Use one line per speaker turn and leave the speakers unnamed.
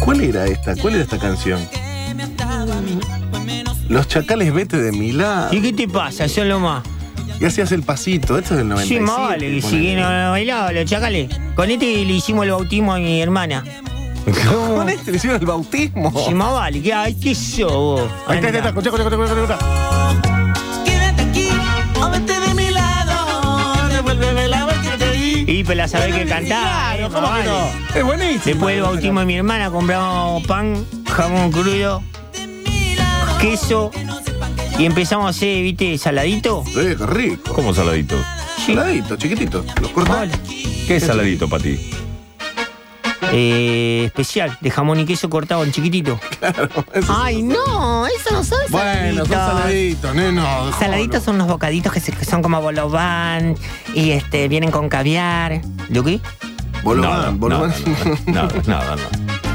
¿Cuál era esta? ¿Cuál era esta canción? Los chacales vete de mi lado.
¿Y qué te pasa? Son lo más.
Y hacías el pasito, esto es del 95.
Sí, más vale, que si que no no bailaba, los chacales. Con este le hicimos el bautismo a mi hermana.
Con este le hicieron el bautismo.
Sí, más vale, que ay, qué yo vos.
Oh. Ahí está, ahí está, escuchá, escuchá, escuchá, escuchá, escuchá.
Quédate aquí o vete de mi lado. Devuélveme la vez que te di.
Y para saber que cantar. eh,
Claro,
más
¿cómo que
vale.
no? Es buenísimo.
Después del bautismo de mi hermana compramos pan, jamón crudo, queso y empezamos a hacer, viste, saladito.
Eh, qué rico.
¿Cómo saladito?
Sí.
Saladito, chiquitito. Los cortas.
Vale.
¿Qué es saladito para ti?
Eh, especial, de jamón y queso cortado en chiquitito. Ay, no, eso no son
Bueno, son saladitos, neno. dejalo.
Saladitos son unos bocaditos que, se- que son como bolobán y este vienen con caviar. ¿Yo qué?
Bolobán, bolobán.
nada, nada, nada, nada.